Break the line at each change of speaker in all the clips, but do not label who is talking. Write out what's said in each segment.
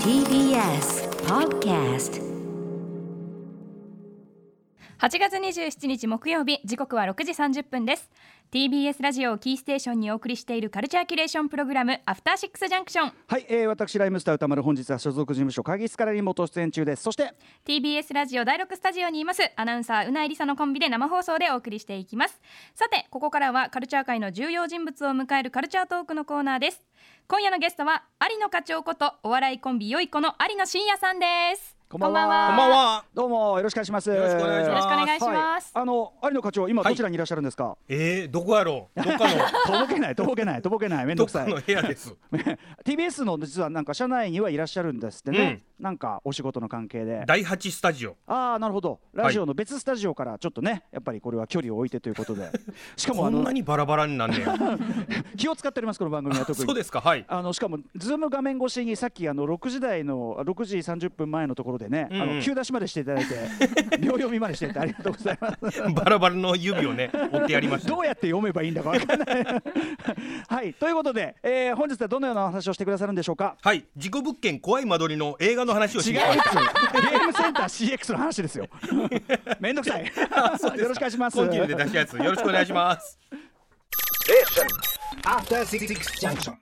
TBS Podcast
8月27日木曜日時刻は6時30分です TBS ラジオをキーステーションにお送りしているカルチャーキュレーションプログラムアフターシックスジャンクション
はい、えー、私ライムスター歌丸本日は所属事務所会議室からリモート出演中ですそして
TBS ラジオ第6スタジオにいますアナウンサーうなえりさのコンビで生放送でお送りしていきますさてここからはカルチャー界の重要人物を迎えるカルチャートークのコーナーです今夜のゲストは有野課長ことお笑いコンビよいこの有野真也さんです
こんばんは。
どうもよろしくお願いしますよ
ろしくお願いし
よろ
ま
しくお願いします、
あの有野課長今
は
ど
い
ちらにいらっしゃるんですか、
えー、どこやろう。どっか の。
とぼけないとぼけないとぼけないめん
ど
ど
っ
くさ
か
い
の部屋です。
TBS の実はなんか社内にはいらっしゃるんですってね、なんかお仕事の関係で
第八スタジオ。
ああなるほどラジオの別スタジオからちょっとねやっぱりこれは距離を置いてということでしかも
こ
あ
ん
の
なにバラバラになんねや。
気を使っておりますこの番組は特に
そうですか。はい。
あのしかも、ズーム画面越しにさっきあの6時台のあ6時30分前のところでね、
うんうん
あの急出しまでしていただいて、 秒読みまでしていただいて、ありがとうございます。
バラバラの指をね、追ってやりました
ど。うやって読めばいいんだかわからない。はいということで、えー本日はどのようなお話をしてくださるんでしょうか。
はい。事故物件怖い間取りの映画の話をし
違うゲ
に来ました
ームセンター CX の話ですよ。めんどくさい。よろしくお願いします。
コンティニューで出したやつ、よろしくお願いします。
After Six Junction.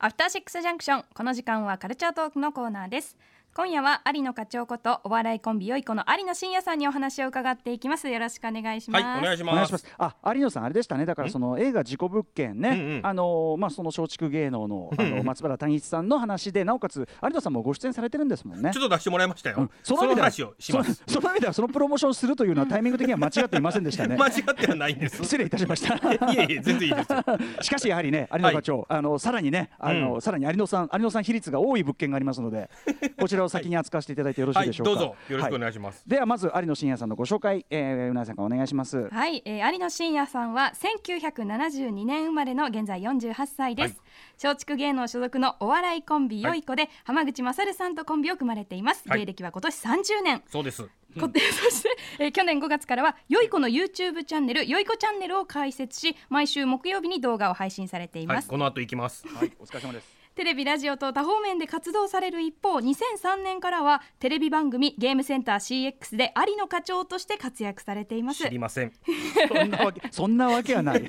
アフターシックスジャンクションこの時間はカルチャートークのコーナーです今夜は有野課長ことお笑いコンビよいこの有野真也さんにお話を伺っていきますよろしくお願いしま
は
す、
い、お願いし
お願
ま
いし ますす。。あ、有野さんあれでしたね。だからその映画事故物件ね、
うんうん
あのーまあその松竹芸能のあの松原谷一さんの話で、なおかつ有野さんもご出演されてるんですもんね
ち。ょっと出してもらいました
う
よ
ん。
そ
意味
の
では
話をします。
そのその意味ではそのプロモーションするというのはタイミング的には間違っていませんでした ね。
間違ってはないんです。
失礼いたしました。
いえいえ、全然いいですよ。
しかしやはりね、有野課長、あのさらにね、あの、さらに有野さん、有野さん比率が多い物件がありますの で、こちらを先に扱わせていただいてよろしい
はい、
でしょ
ど
う
う
か。
ぞ、よろしくお
はい
願いします。
ではまず有野真也さんのご紹介、えー、うなえさんからお願いします。
はい、えー、有野真也さんは1972年生まれの現在48歳です、松竹芸能所属のお笑いコンビよいこで、浜口勝さんとコンビを組まれています、
はい
芸歴は今年30年
そうです。
こそして、 えー去年5月からはよいこの YouTube チャンネルよいこチャンネルを開設し毎週木曜日に動画を配信されてい
は
ま
い、
す、
この後行きます。
はい、お疲れ様です。
テレビラジオと多方面で活動される一方2003年からはテレビ番組ゲームセンター CX で有野課長として活躍されています
知りません。
そんなわけ、そんなわけはない。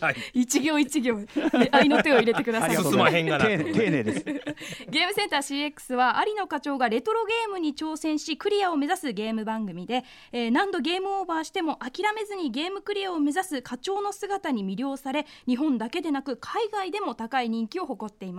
はい。
一行一行で愛の手を入れてください
ありがとうございます進まへんがな
丁寧丁寧です。
ゲームセンター CX は有野課長がレトロゲームに挑戦しクリアを目指すゲーム番組で、えー何度ゲームオーバーしても諦めずにゲームクリアを目指す課長の姿に魅了され日本だけでなく海外でも高い人気を誇っています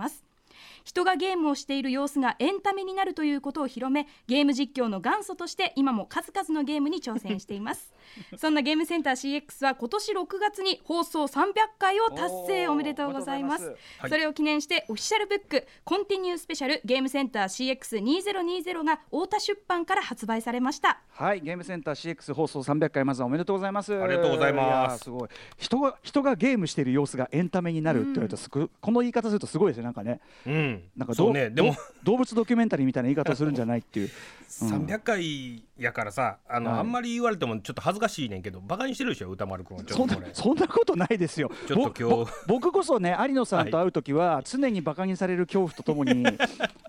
人がゲームをしている様子がエンタメになるということを広めゲーム実況の元祖として今も数々のゲームに挑戦していますそんなゲームセンター CX は今年6月に放送300回を達成
おー
おめでとうございま
おめ
す
でとうござい
ますはい
それを記念してオフィシャルブック「コンティニュースペシャルゲームセンター CX2020」が太田出版から発売されました
はい、ゲームセンター CX 放送300回まずはおめでとうございます。
ありがとうございます
やーすごい。人が人がゲームしている様子がエンタメになるって言われたらすごいこの言い方するとすごいですね。なんかね、
うん。
なんかど
そうね、でも。
ど動物ドキュメンタリーみたいな言い方するんじゃないっていう。
300回やからさあの、
はい
あんまり言われてもちょっと恥ずかしいねんけどバカにしてるでしょ歌丸君はちょ
そ
っ
ん
と
な
これ
そんなことないですよ。
ちょっと
ぼ
今日
ぼ僕こそね有野さんと会う時は常にバカにされる恐怖ととも に、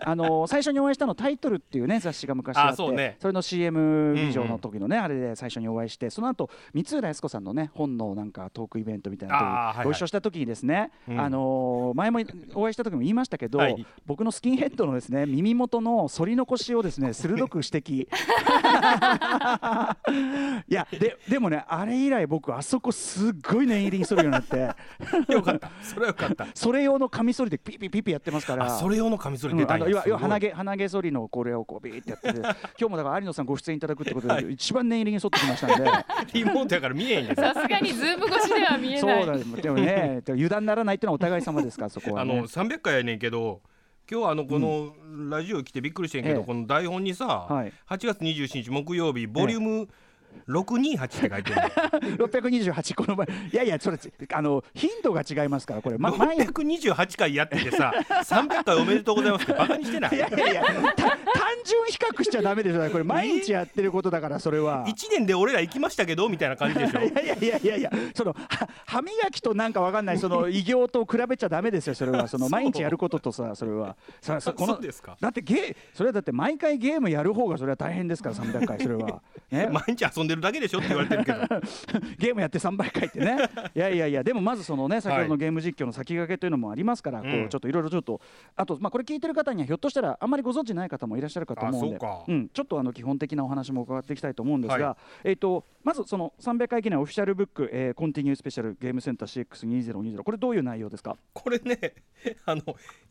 あの最初にお会いしたのタイトルっていうね雑誌が昔あって
あそうね
れの CM 以上の時のね、あれで最初にお会いしてその後三浦靖子さんのね本のなんかトークイベントみたいな
あー
と
はいはい
ご一緒した時にですね、
うん
あの前もお会いした時も言いましたけど、
はい
僕のスキンヘッドのですね耳元の反り残しをですね鋭く指 摘。いやででもねあれ以来僕あそこすっごい念入りにするようになって
よかったそれはよかった
それ用のカミソリでピッピッピッピッやってますから
あそれ用のカミソリ
う
出
ん
た
あ
んや
の要は
すご
要
い
は鼻毛鼻毛剃りのこれをこうビーってやってて今日もだから有野さんご出演いただくってことで、一番念入りに剃ってきま したんで
リモートやから見えへ んけど
さすがにズーム越しでは見え
そう
ない。
だねでもね油断ならないってのはお互い様ですからそこ
あ
は、ね、
の300回やねんけど今日あのこのラジオ来てびっくりしてんけど、
ええ
この台本にさ、
はい
8月27日木曜日ボリューム628って書いてる
628この前いやいやそれあの頻度が違いますからこれ、 ま、毎日
628回やっててさ300回おめでとうございますってバカにしてない
いやいやいやた単純比較しちゃダメでしょこれ毎日やってることだからそれは。
1年で俺ら行きましたけどみたいな感じでしょ
いやいやいやいやそのは歯磨きとなんかわかんないその偉業と比べちゃダメですよそれはその毎日やることとさそれはさそこの
そうですか
だってゲーそれはだって毎回ゲームやる方がそれは大変ですから300回それ はね
毎日遊んでるだけでしょって言われて るけど
ゲームやって3倍回って ねいやいやいやでもまずそのね先ほどのゲーム実況の先駆けというのもありますから、
う
こ
ん
うちょっといろいろちょっとあとまあこれ聞いてる方にはひょっとしたらあんまりご存知ない方もいらっしゃるかと思うんで
あそうか
ん、ちょっとあの基本的なお話も伺っていきたいと思うんですが、
は
えっ、とまずその300回記念オフィシャルブック、えーコンティニュースペシャルゲームセンター CX2020 これどういう内容です か
これねあの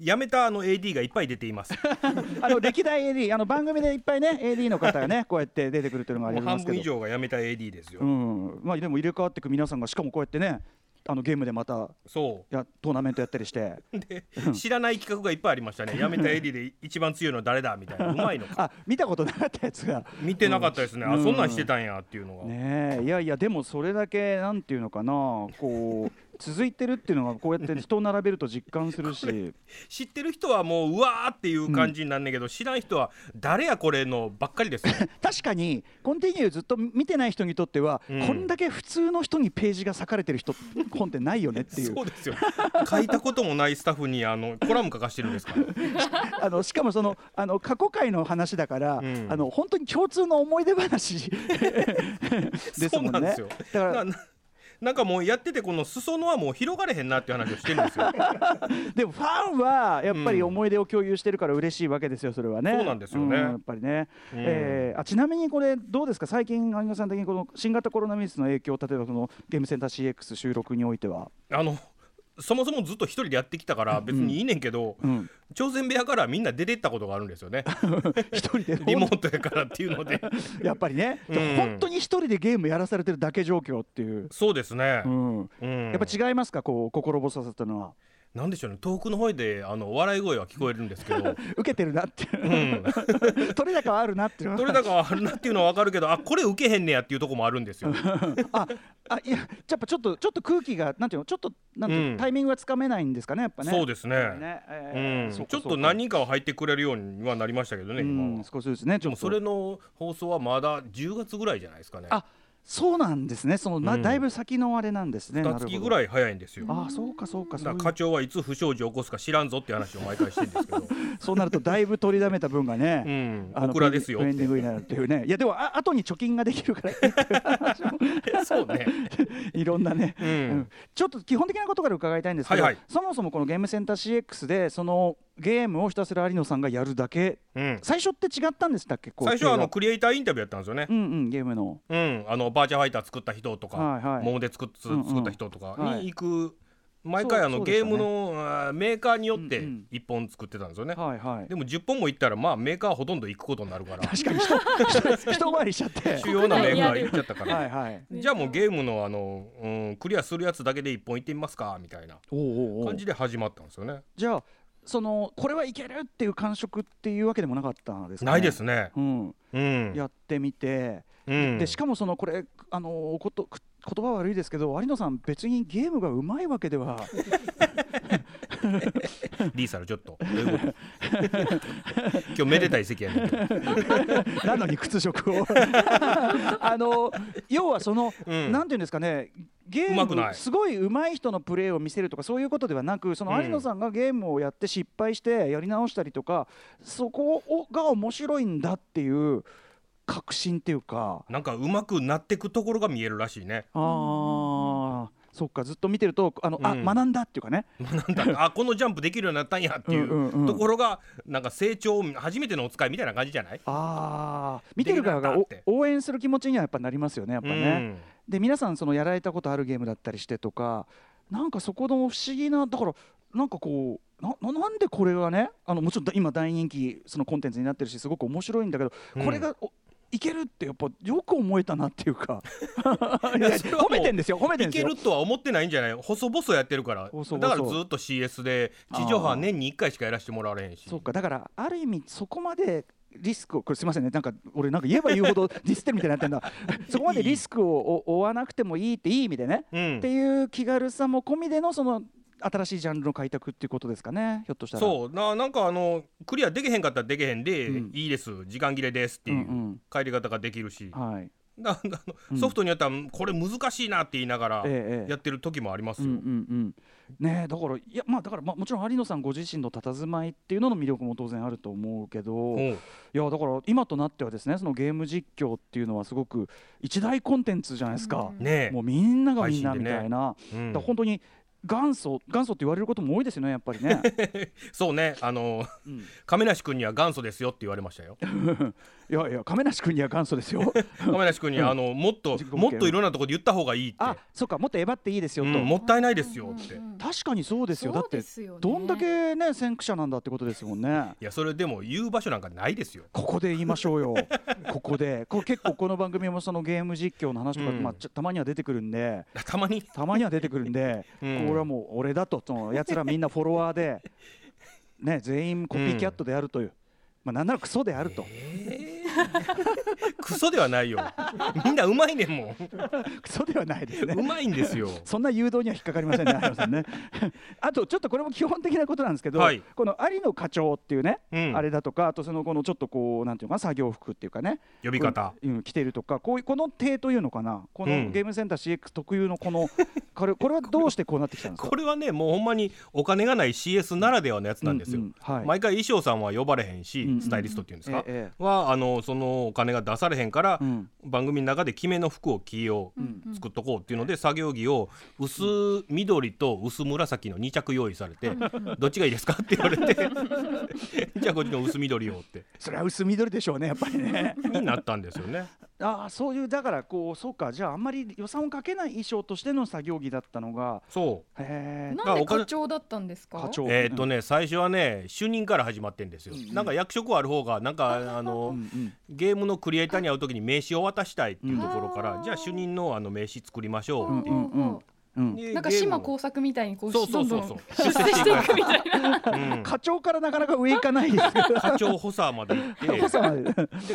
辞めたあの AD がいっぱい出ています
あの歴代 AD あの番組でいっぱいね AD の方が ねこうやって出てくるというのがあ
も
り
う
ま
半
すけ
分
ど
以上が辞めた AD ですよ、
うんまあ、でも入れ替わっていく皆さんがしかもこうやってねあのゲームでまた
そ
やトーナメントやったりして。
うで知らない企画がいっぱいありましたね辞めた AD で一番強いのは誰だみた いなうまいのか
あ見たことなかったやつが。
見てなかったですね、
うん
あそんなんしてたんやっていうのが、
ねえいやいやでもそれだけなんていうのかなこう 続いてるっていうのがこうやって人を並べると実感するし
知ってる人はもううわーっていう感じになんねんけど、知らん人は誰やこれのばっかりですよ
確かにコンティニューずっと見てない人にとっては、
うん
こんだけ普通の人にページが割かれてる人本ってないよね っていう
そうですよ書いたこともないスタッフにあのコラム書かしてるんですから
あのしかもそのあの過去回の話だから、
うん
あの本当に共通の思い出話 です
そう
もんね。
なんですよ
だから
なななんかもうやっててこの裾野はもう広がれへんなっていう話をしてるんです よ
でもファンはやっぱり
うん
思い出を共有してるから嬉しいわけですよそれはね。
そうなんですよね
やっぱりね、
うん
えーあちなみにこれどうですか最近アニメさん的にこの新型コロナウイルスの影響例えばこのゲームセンター CX 収録においては、
あのそもそもずっと一人でやってきたから別にいいねんけど、
うん、
朝鮮部屋からみんな出てったことがあるんです よね
一人で
リモートやからっていうので
やっぱりね、
うん
本当に一人でゲームやらされてるだけ状況っていう、
そうですね、
うん、
うん
やっぱ違いますかこう心細さというのは
なんでしょうね遠くの方であの笑い声は聞こえるんですけど、
受けてるなっていう
う ん、
取れ高はあるなっていう
どれだかはあるなっていうのは分かるけどあこれ受けへんねやっていうとこもあるん ですよ。
ああいややっぱちょっとちょっと空気がなんていうのちょっとなんていうの
うん
タイミングがつかめないんですかねやっぱね。
そうですねう
えー
ん、ち
そ
ょっ
うか
と何人かは入ってくれるようにはなりましたけどね、
う
今
ん
は。
少しずつねち
で
ょっ
も
と
それの放送はまだ10月ぐらいじゃないですかね。
あそうなんですねその、な
うん
だいぶ先のあれなんですね
2月ぐら
い
い早いんですよ。だか
あそうかそうかそう
ら
いう
課長はいつ不祥事を起こすか知らんぞって話を毎回してるんですけ ど、
そうなるとだいぶ取りだめた分がね、
うん、
あの
オクラですよ
トレ
っ
ンディングになるっていうねいやでもあ後に貯金ができるからね
て。そうね。
いろんなね、
うん
うんちょっと基本的なことから伺いたいんですけど、
はいはい
そもそもこのゲームセンター CX でそのゲームをひたすら有野さんがやるだけ
うん、
最初って違ったんでしたっけこう
最初はあ
映画
のクリエイターインタビューやったんですよね
う。んうんゲームの
うん、あのバーチャファイター作った人とか、
はいはい
桃で作っ
うんうん
作った人とかに行く、毎
そ
回
う
あの、
そうでし
ゲ
た
ー
ね
ムのあーメーカーによって
うんうん
1本作ってたんですよね、
はいはい
でも10本も行ったらまあメーカーほとんど行くことになるから
確かに人人人回りしちゃって
主要なメーカー行っちゃったから、
はいはい
じゃあもうゲームのあの、うん、クリアするやつだけで1本行ってみますかみたいな
おうおうおう
感じで始まったんですよね、
じゃあそのこれはいけるっていう感触っていうわけでもなかったんですか、ね、
ないですね
うん、
うん
やってみて、
うん
でしかもそのこれあのことく言葉悪いですけど有野さん別にゲームがうまいわけでは
リーサルちょっとどういうこと 今日めでたい席やねんけど
なのに屈辱を あの要はその、
うん
なんていうんですかねゲー
うまくな
ム
い
すごい上手い人のプレーを見せるとかそういうことではなくその
うん
有野さんがゲームをやって失敗してやり直したりとかそこをが面白いんだっていう確信っていうか
なんかうまくなってくところが見えるらしいね
ああそっかずっと見てるとあの、あ
うん
学んだっていうかね
なんだろうあこのジャンプできるようになったんやってい
んうんう
うんうところがなんか成長初めてのお使いみたいな感じじゃない
あー見てる側がお
できるようになったって
応援する気持ちにはやっぱなりますよねやっぱ
う
ね。
ん
で皆さんそのやられたことあるゲームだったりしてとかなんかそこの不思議なだからなんかこうなななんでこれがねあのもちろんだ今大人気そのコンテンツになってるしすごく面白いんだけど
うん
これがおいけるってやっぱよく思えたなっていうかいや
いやそれはも
褒
う
めてんですよ褒めてん
い
です
け
よ
る。とは思ってないんじゃない細々やってるから
細々
だからずっと CS で地上波は年に1回しかやらせてもらわれへんし
そうかだからある意味そこまでリスクをこれすみませんねなんか俺なんか言えば言うほどディスってるみたいになってん だそこまでリスクをお負わなくてもいいっていい意味でね、
うん
っていう気軽さも込みでのその新しいジャンルの開拓っていうことですかねひょっとしたらう、
そうななんかあのクリアできへんかったらできへんで、
うん
いいです時間切れですってい
うんう
うん帰り方ができるし、
はい、
だあの
うん
ソフトによってはこれ難しいなって言いながら
ええええ
やってる時もあります
うん
よ。
うんうん、ねえだからいやまあだから、まあ、もちろん有野さんご自身の佇まいっていうのの魅力も当然あると思うけど、
う
い
ん
やだから今となってはですねそのゲーム実況っていうのはすごく一大コンテンツじゃないですか、
ねえ
もうみんながみんな
配信
み
でね
たいな、
うん
だから本当に元祖元祖って言われることも多いですよねやっぱり ね、
そうねあの
うんい
亀梨君には元祖ですよって言われまし たよ。
やいや亀梨君には元祖です よ
亀梨君にはあのもっと
自己嫌悪
もっといろんなところで言った方がいいって、
あそっかもっとえばっていいです
う
よ
ん
と、
もったいないですよって。
確かにそうですよだってどんだけね先駆者なんだってことですもんね
いやそれでも言う場所なんかないですよ。
ここで言いましょ うよここでこれ結構この番組もそのゲーム実況の話とか、
うん
まあ、ちょたまには出てくるんで
たまに、
たまには出てくるんで、
うん
これはもう俺だとそのやつらみんなフォロワーで、ね、全員コピーキャットであるという、まあ、なんならクソであると、
えークソでは ないよ。みんなうまいねんもん。
クソではないですね
うまいんですよ。
そんな誘導には引っかかりませんね、有野さんね。あとちょっとこれも基本的なことなんですけど、
はい
この有野課長っていうね、
うん
あれだとか、あとそのこのちょっとこうなんていうのかな作業服っていうかね、
呼び方。
うん、うん着てるとか、こういうこの手というのかな、こ
う
の
ん
ゲームセンター CX 特有のこの、これこれはどうしてこうなってきたんですか。
これはねもうほんまにお金がない CS ならではのやつなんですよ。
うんうんはい
毎回衣装さんは呼ばれへんし、
うんうん
スタイリストっていうんですか、
ええ
はあのそのお金が出されへんから、
うん
番組の中で決めの服を着よう、
うん
作っとこうっていうので作業着を薄緑と薄紫の2着用意されて、どっちがいいですかって言われ てじゃあこっちの薄緑をって
それは薄緑でしょうね、やっぱりね。
になったんですよね。
ああ、そういうだからこうそうか、じゃああんまり予算をかけない衣装としての作業着だったのが、
そ
へえ、
なんで課長だったんですか
課長
うえーっとね最初はね就任から始まってんですよ、
うん
なんか役職ある方がなんかあの、
うんうん
ゲームのクリエイターに会う時に名刺を渡したいっていうところから、
うん
じゃあ主任のあの名刺作りましょうっていう
う。んうんうん
で
なんか
ゲーム
島工作みたいにこう
そう
ど
そうんそ
ど
うん そう
出世していくみたいな
うん
課長からなかなか上行かないですけど
課長補佐ま で行って
お父様で
で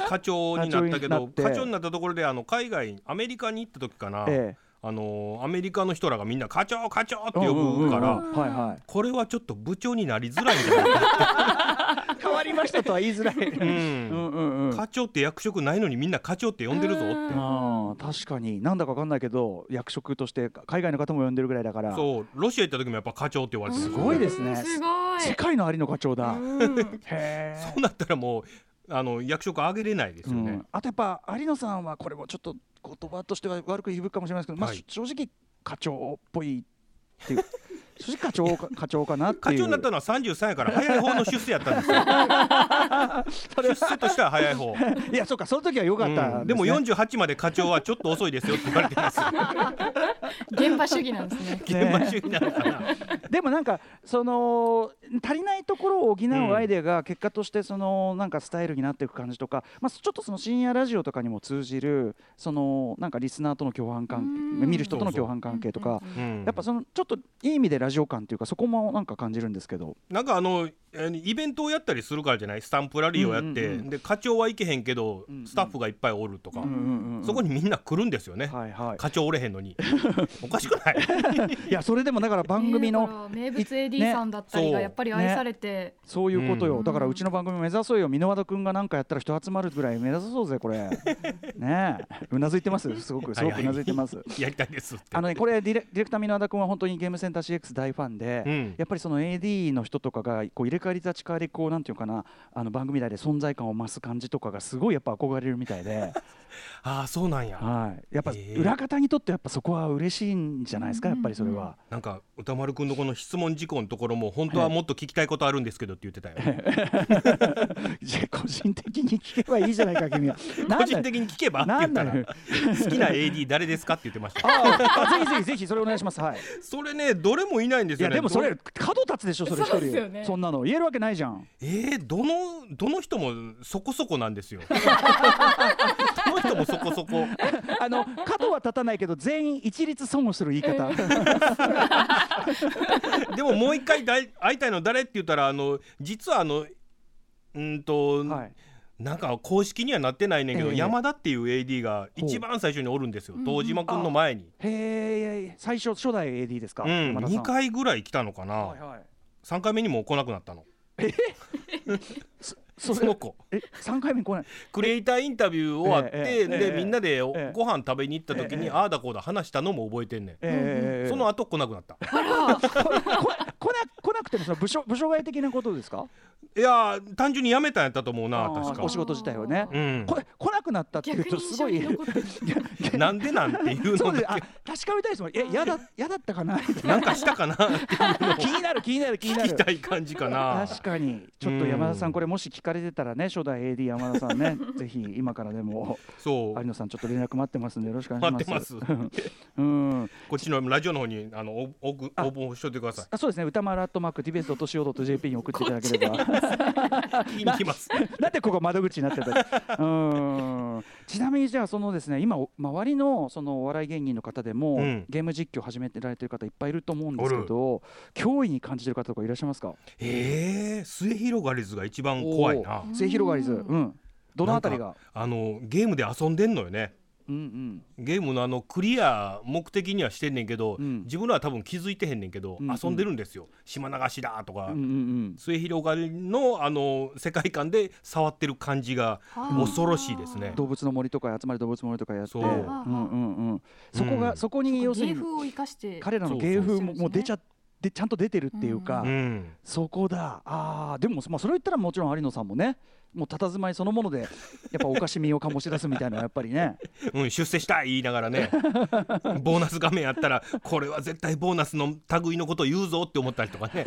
課長になったけ
課長にな
ど
って
課長になったところであの海外アメリカに行った時かな、
ええ
あのーアメリカの人らがみんな「課長課長!」って
うん
呼
うんう
ぶ
ん
から、
はいは
これはちょっと部長になりづらいんじ ゃないか、
い変わりましたとは言いづらい
う
うんんうんうん
課長って役職ないのにみんな課長って呼んでるぞって
あー確かになんだかわかんないけど役職として海外の方も呼んでるぐらいだからす
そうロシア行った時もやっぱ課長って言われてる
ごいですね
すごい
世界の有野課長だ
うん
へ
そ
え
うなったらもうあの役職上げれないですよね、
うんあとやっぱ有野さんはこれもちょっと言葉としては悪く響くかもしれないですけどまあ
はい
正直課長っぽいっていう正直課長か課長かなって
課
いう
長になったのは33やから早い方の出世やったんですよ 出世としては早い方
いやそうかその時は良かった
うんでも
すね
48まで課長はちょっと遅いですよって言われてます
現場主義なんですね
現場主義なのかな、
でもなんかその足りないところを補うアイデアが結果としてそのなんかスタイルになっていく感じとか、まあ、ちょっとその深夜ラジオとかにも通じるそのなんかリスナーとの共犯関係
うん
見る人との共犯関係とか
うんうん
うん
やっぱそのちょっといい意味でラジオ感というかそこもなんか感じるんですけど
なんかあのえーイベントをやったりするからじゃないスタンプラリーをやって、
うんうんうん
で課長は行けへんけど、
うんうん
スタッフがいっぱいおるとか、そこ
に
にみんな来るんですよね、
はいはい
課長おれへん のにおかしくない
いやそれでもだから番組の
ねだから名物 AD さんだったりがやっぱり愛されて
そういうことよ、
うん
だからうちの番組目指そうよ箕輪田君が何かやったら人集まるぐらい目指そうぜこれねえうなずいてますすごくすごくうなずいてます。
やりたいですって
あのね、これディレディレクター箕輪田君は本当にゲームセンター CX 大ファンで、
うん
やっぱりその AD の人とかがこう入れ替わり立ち替わりこうなんていうかなあの番組内で存在感を増す感じとかがすごいやっぱ憧れるみたい で、
ああそうなんや、
はい、やっぱ
へえ
裏方にとってやっぱそこは嬉しいんじゃないですかやっぱりそれは。
なんか歌丸くんのこの質問事項のところも本当はもっと聞きたいことあるんですけどって言っ てたよ
じゃあ個人的に聞けばいいじゃないか 君は。
個人的に聞けばっ て
な
言っ
ん
た
だ
ら
よ
好きな AD 誰ですかって言ってました
ああぜひぜひぜひそれお願いします。 はい。
それねどれもいないんです
い
よ
や
ね
でもそれ
ど
角立つでしょそれ一
そうですよ
人
ね
そんなの言えるわけないじゃん。
えー、どのどの人もそこそこなん ですよどの人もそこそこ
あの角は立たないけど全員一律損をする言い方。
でももう一回だい会いたいの誰って言ったらあの実はあのうんと、
はい。
なんか公式にはなってないねんけど、
ええ
山田っていう AD が一番最初におるんですよ
ほう
堂島君の前に、
へえ最初初代 AD ですか、
うん、
山田さん
2回ぐらい来たのかな、
はいはい
3回目にもう来なくなったの
そ
そ
れ
の子
え三回目来ない
クリエイターインタビュー終わって、
ええええ
で、
ええ
みんなでお
ええ
ご飯食べに行った時
え
に、
え
ああだこうだ話したのも覚えてんねん、
ええ
その後来なくなった
来な来なくてもその部署部署外的なことですか
いやー単純に辞めたんやったと思うな
あー
確
お
か
仕事自体はね、
うん
こ来なくなったっていう
逆に
とす
印
ご
象
い
に残ってる。
なんでなんてい う
そ
の
うですあ
だ
確かめたいですもんえやだやだったかな
け なんかしたかなっていうの を
気になる気になる気にな
聞き
る
たい感じかな
確かにちょっと山田さ
うんん
これもし聞かれてたらね初代 AD 山田さん ねぜひ今からでも
そう
有野さんちょっと連絡待ってますんでよろしくお願
待
い
って
しま
ますす
うん
こっちのラジオの方にあの応応募
あ
応募しといてくださ
あそうですね歌丸アットマーク tbs.co.jp に送っていただければ
い聞きに 来ます
なんでここ窓口になってたのうーんちなみにじゃあそのですね今お周りのそのお笑い芸人の方でも、
うん
ゲーム実況始めてられてる方いっぱいいると思うんですけど脅威に感じてる方とかいらっしゃいますか
えー、末広がり図が一番怖いな
おー末広がりずうんどのあたりが
あのゲームで遊んでんのよね
うんうん
ゲームのあのクリア目的にはしてんねんけど、
うん
自分らは多分気づいてへんねんけど、
うんうん
遊んでるんですよ島流しだとか、
うんうんうん
末広がりのあの世界観で触ってる感じが恐ろしいですね
動物の森とか集まり動物の森とかやって
そ
うん
う
うんうんそこ
う
が
ん
そこに
芸
要するに
風を生かして。
彼らの
そう
芸
そ
風
うで
も
すね
もう出ちゃでちゃんと出てるっていうか、
うん、
そこだあーでも、まあ、それを言ったらもちろん有野さんもねもう佇まいそのものでやっぱおかしみを醸し出すみたいなやっぱりね
うん、出世したい言いなが らねボーナス画面あったらこれは絶対ボーナスの類のことを言うぞって思ったりとか ね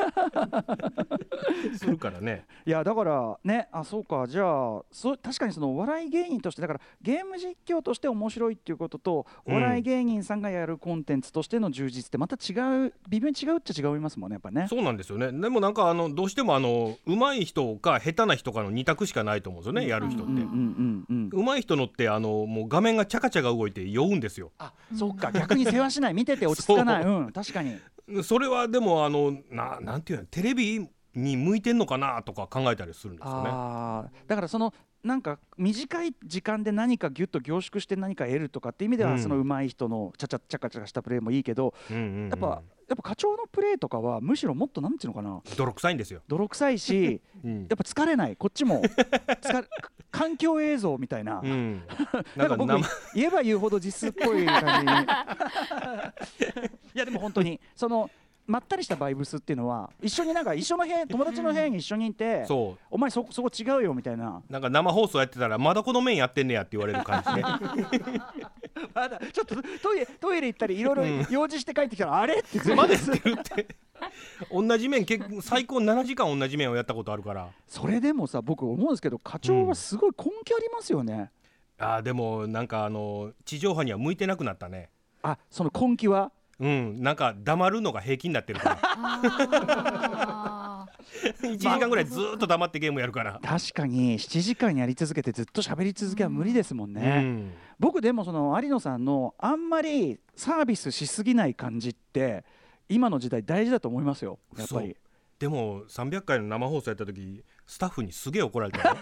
するからね
いやだからねあそうかじゃあそう確かにそのお笑い芸人としてだからゲーム実況として面白いっていうこととお
うん
笑い芸人さんがやるコンテンツとしての充実ってまた違う微妙に違うっちゃ違いますもんねやっぱね。
そうなんですよねでもなんかあのどうしてもあの上手い人か下手な人かの二択しかないと思うんですよね、やる人っ
うんうん
て。
うんうん
上手い人のってあのもう画面がチャカチャカ動いて酔うんですよ
あそっか逆に世話しない見てて落ち着かない
そう
うん確かに
それはでもあのななんていうのテレビに向いてんのかなとか考えたりするんですよね。
ああだからそのなんか短い時間で何かギュッと凝縮して何か得るとかって意味では、
うん
その上手い人のちゃちゃちゃかちゃかしたプレーもいいけど、
うんうんうん
やっぱやっぱ課長のプレーとかはむしろもっとなんていうのかな
泥臭いんですよ、
泥臭いし
うん
やっぱ疲れないこっちも疲れ環境映像みたいな。
うん、
なか
なんんか
僕
生
言えば言うほど実数っぽい感じに いやでも本当にそのまったりしたバイブスっていうのは一緒になんか一緒の部屋友達の部屋に一緒にいて、
そう
お前そそこ違うよみたいな
なんか生放送やってたらまだこの面やってんねやって言われる感じね
まだちょっとトイレトイレ行ったりいろいろ
うん
用事して帰ってきたら、あれって
まだやってるって同じ面結構最高7時間同じ面をやったことあるから
それでもさ僕思うんですけど課長はすごい根気ありますよね、
あーでもなんかあの地上波には向いてなくなったね
あその根気は
うんなんか黙るのが平気になって るから
あー
1時間ぐらいずーっと黙ってゲームやるから、
確かに7時間やり続けてずっと喋り続けは無理ですもんね、
うん
僕でもその有野さんのあんまりサービスしすぎない感じって今の時代大事だと思いますよやっぱり
でも300回の生放送やった時スタッフにすげえ怒られ たの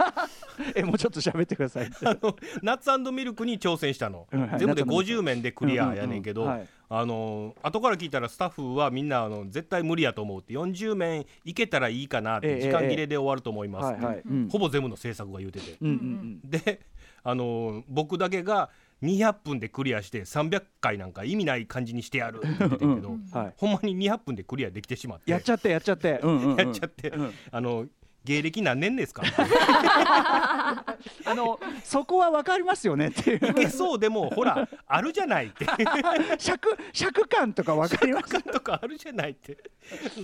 えもうちょっと喋ってくださいって
あのナッツミルクに挑戦したの、
うんはい
全部
ナッツ
で
ミルク
50面で クリアやねんけど、
うううはい
あの後から聞いたらスタッフはみんなあの絶対無理やと思うって40面いけたらいいかなっ
え
て
え
時間切れで終わると思います、
はいはいうん
ほぼ全部の制作が言うてて
うんうん
であの僕だけが200分でクリアして300回なんか意味ない感じにしてやるって言ってたけど、
うんはい
ほんまに200分でクリアできてしまって
やっちゃってやっちゃってうんうんうん
やっちゃって
うん
あの芸歴何年ですか
あのそこは分かりますよねっていう
いけそうでもほらあるじゃないって
尺尺感とか分かります
とかあるじゃないって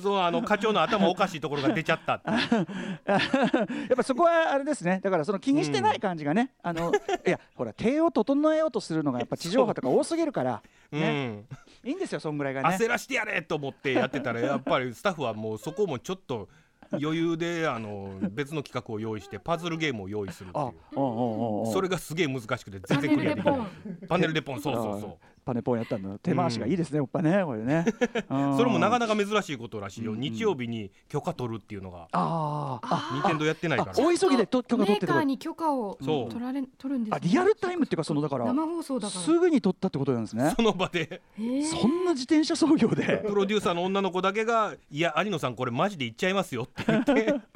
そうあの課長の頭おかしいところが出ちゃったって
やっぱそこはあれですねだからその気にしてない感じがね、あのいやほら手を整えようとするのがやっぱ地上波とか多すぎるから、ね
うん
いいんですよそんぐらいがね
焦らしてやれと思ってやってたらやっぱりスタッフはもうそこもちょっと余裕であの別の企画を用意してパズルゲームを用意するってい
あ
う
おうおうおうおう
それがすげえ難しくて全
パ
然
ネ
ク
ル
リ
で
アでき
ポ
ない
ン。
パネルでポンそうそうそ
パネポンやったんだ手回しがいいですね、やっぱねこれね
それもなか
な
なか珍しいことらしいよ、
うんうん
日曜日に許可取るっていうのが
あーあ
任天堂やってないか
あ
ら
大急ぎでと許可取
メ
っ
ー
てと
カー
か
に許可を
そう
取られ取るんです
あ
ね。
リアルタイムっていうかそのだから
生放送だから。
すぐに取ったってことなんですね
その場で
えー
そんな自転車操業で
プロデューサーの女の子だけが「いや有野さんこれマジで行っちゃいますよ」って言って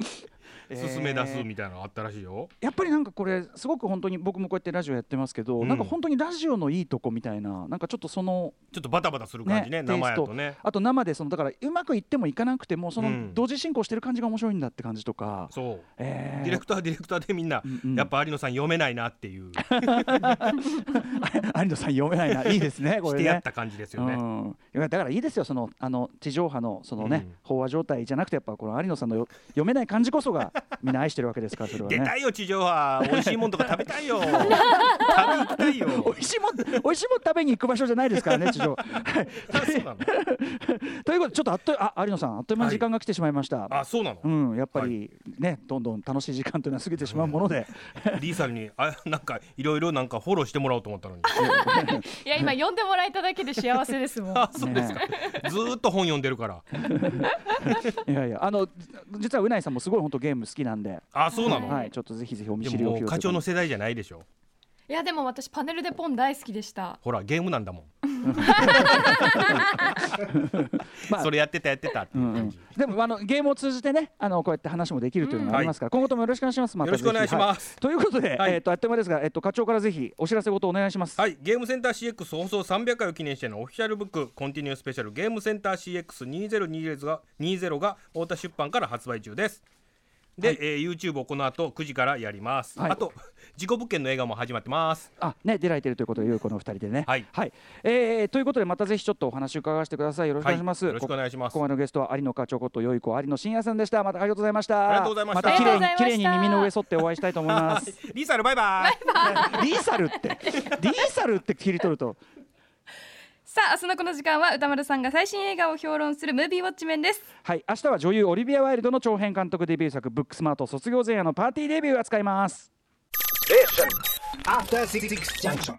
進め出すみたいなのがあったらしいよ。
やっぱりなんかこれすごく本当に僕もこうやってラジオやってますけど、
うん
なんか本当にラジオのいいとこみたいななんかちょっとその
ちょっとバタバタする感じね
ね
生やとね。
あと生でそのだからうまくいってもいかなくてもそうの
ん
同時進行してる感じが面白いんだって感じとか、
そう
えー
ディレクターはディレクターでみんな、
うんうん
やっぱ有野さん読めないなって いう、
あ有野さん読めないないいですねこ
し
れ
てや
ね
っ。た感じです
う
よね。
ん、いやだからいいですよそのあの地上波のそのね、
うん
飽和状態じゃなくてやっぱこの有野さんのよ読めない感じこそ がみんな愛してるわけですからそれは
出
ね
た。いよ地上波美味しいもんとか食べたい よ旅行きたいよ
美味しいもん美味しいもん食べに行く場所じゃないですからね地上。 はい
あそうなの
ということでちょっとあっとあ有野さんあっという間に時間が来てしまいました。
あそうなの
うん、やっぱりね、どんどん楽しい時間というのは過ぎてしまうもので、
リーさんにあなんかいろいろなんかフォローしてもらおうと思ったのに
いや今呼んでもらえただけで幸せですもん。
あ そうですか、ずーっと本読んでるから
いやいや、あの、実はうないさんもすごい本当ゲーム好きなんで、
あそうなの、
はい、ちょっとぜひぜひお見
で
知り
も
お
も
き
う
を。
課長の世代じゃないでしょ
いやでも私パネルでポン大好きでした。
ほらゲームなんだも ん、
まあ
それやってたやってたって
う
い
ん
う
う
感
ん
じ、、
でもあのゲームを通じてねあのこうやって話もできるというのがありますから、今後ともよろしくお願いします。また
よろしくお願いし
ぜひは
ます
ということで、
はい
えっ、とあっという間ですが、えっ、と課長からぜひお知らせごとお願いします。
はい、ゲームセンター CX 放送300回を記念してのオフィシャルブック「コンティニュースペシャルゲームセンター CX2020 が」20が太田出版から発売中です。で、えー YouTube をこの後9時からやります。
はい
あと事故物件の映画も始まってます。
あね出られてるということで、ゆうこのお二人でね。
はい
えーということでまたぜひちょっとお話伺わせてください。よろしくお願いします。
はいよろしくお願いします
ここまでのゲストは有野課長ことよい子有野真也さんでした。またありがとうございました。
ありがとうございました
綺麗
ありがとうござい
に
ま
綺
し
麗
た
に耳の上沿ってお会いしたいと思いま
は
す。
い、リーサルバイバイ。
リーサルってリーサルって切り取ると。
さあ明日のこの時間は歌丸さんが最新映画を評論するムービーウォッチメンです
はい、明日は女優オリビア・ワイルドの長編監督デビュー作「ブックスマート卒業前夜のパーティーデビュー」を扱います。
After Six Junction.